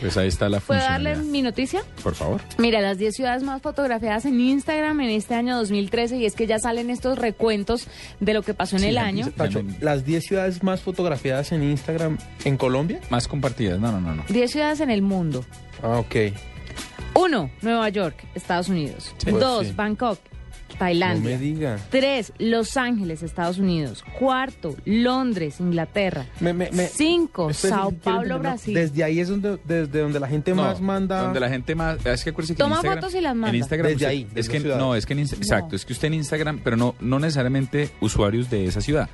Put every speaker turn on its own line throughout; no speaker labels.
Pues ahí está la
¿Puedo darle
funcionalidad.
mi noticia?
Por favor.
Mira, las 10 ciudades más fotografiadas en Instagram en este año 2013 y es que ya salen estos recuentos de lo que pasó en
Sí,
el
la
año.
Pacho,
las 10 ciudades más fotografiadas en Instagram en Colombia.
Más compartidas. No, no, no, no.
10 ciudades en el mundo.
Ah, ok.
1. Nueva York, Estados Unidos.
Sí.
2.
Pues sí.
Bangkok,
No
Tailandia.
me diga.
3. Los Ángeles, Estados Unidos. 4. Londres, Inglaterra.
Me- me- me-
5.
Espérese,
Sao
quiero
Paulo,
entender, ¿no?
Brasil.
Desde ahí es donde, desde donde la gente
No,
más manda.
Donde la gente más. Es que acuérdese que
Toma
en Instagram-
fotos y las manda.
En Instagram.
Desde
usted-
ahí, desde
es que,
la ciudad.
no, es que en, Insta- Exacto. Es que usted en Instagram, pero no, no necesariamente usuarios de esa ciudad.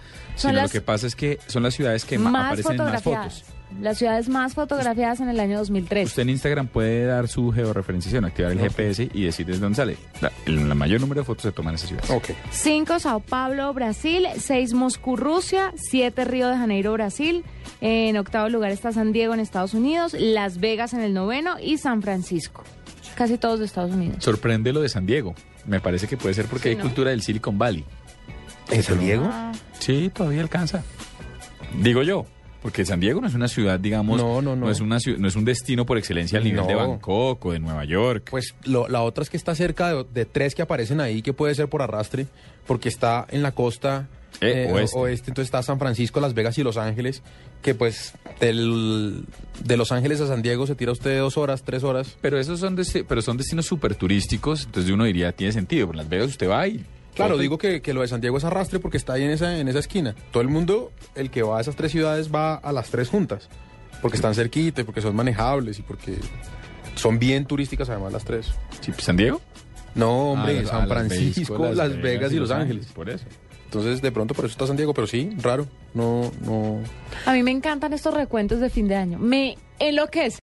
sino
Son las-
lo que pasa es que son las ciudades que ma-
más
aparecen en más
fotografiadas.
fotos.
Las ciudades más fotografiadas en el año 2003.
Usted en Instagram puede dar su georreferenciación, activar el GPS y decir desde dónde sale. La, el la mayor número de fotos se toman en esa ciudad.
Ok.
5 Sao Paulo, Brasil, 6 Moscú, Rusia, 7 Río de Janeiro, Brasil, en octavo lugar está San Diego en Estados Unidos, Las Vegas en el noveno y San Francisco. Casi todos de Estados Unidos.
Sorprende lo de San Diego. Me parece que puede ser porque
Sí,
hay
¿no?
cultura del Silicon Valley.
¿En San Diego?
Ah.
Sí, todavía alcanza. Digo yo, porque San Diego no es una ciudad, digamos,
No, no, no.
es, una, ciu- no es un destino por excelencia al nivel
No.
de Bangkok o de Nueva York.
Pues lo- la otra es que está cerca de, de tres que aparecen ahí, que puede ser por arrastre, porque está en la costa
Eh, oeste.
entonces está San Francisco, Las Vegas y Los Ángeles, que pues del- de Los Ángeles a San Diego se tira usted dos horas, tres horas.
Pero esos son, desti- pero son destinos súper turísticos, entonces uno diría, tiene sentido, por Las Vegas usted va y...
Claro,
foto y-
digo que, que lo de San Diego es arrastre porque está ahí en esa, en esa esquina. Todo el mundo, el que va a esas tres ciudades, va a las tres juntas, porque están cerquita y porque son manejables y porque son bien turísticas además las tres.
Sí, pues, ¿San Diego?
No,
A
hombre,
las- a Las
San
Vegas,
Francisco, Ah, Las, Vegas, y Los Ángeles.
Por eso.
Entonces, de pronto por eso está San Diego, pero sí, raro. No, no.
A mí me encantan estos recuentos de fin de año. Me enloquece.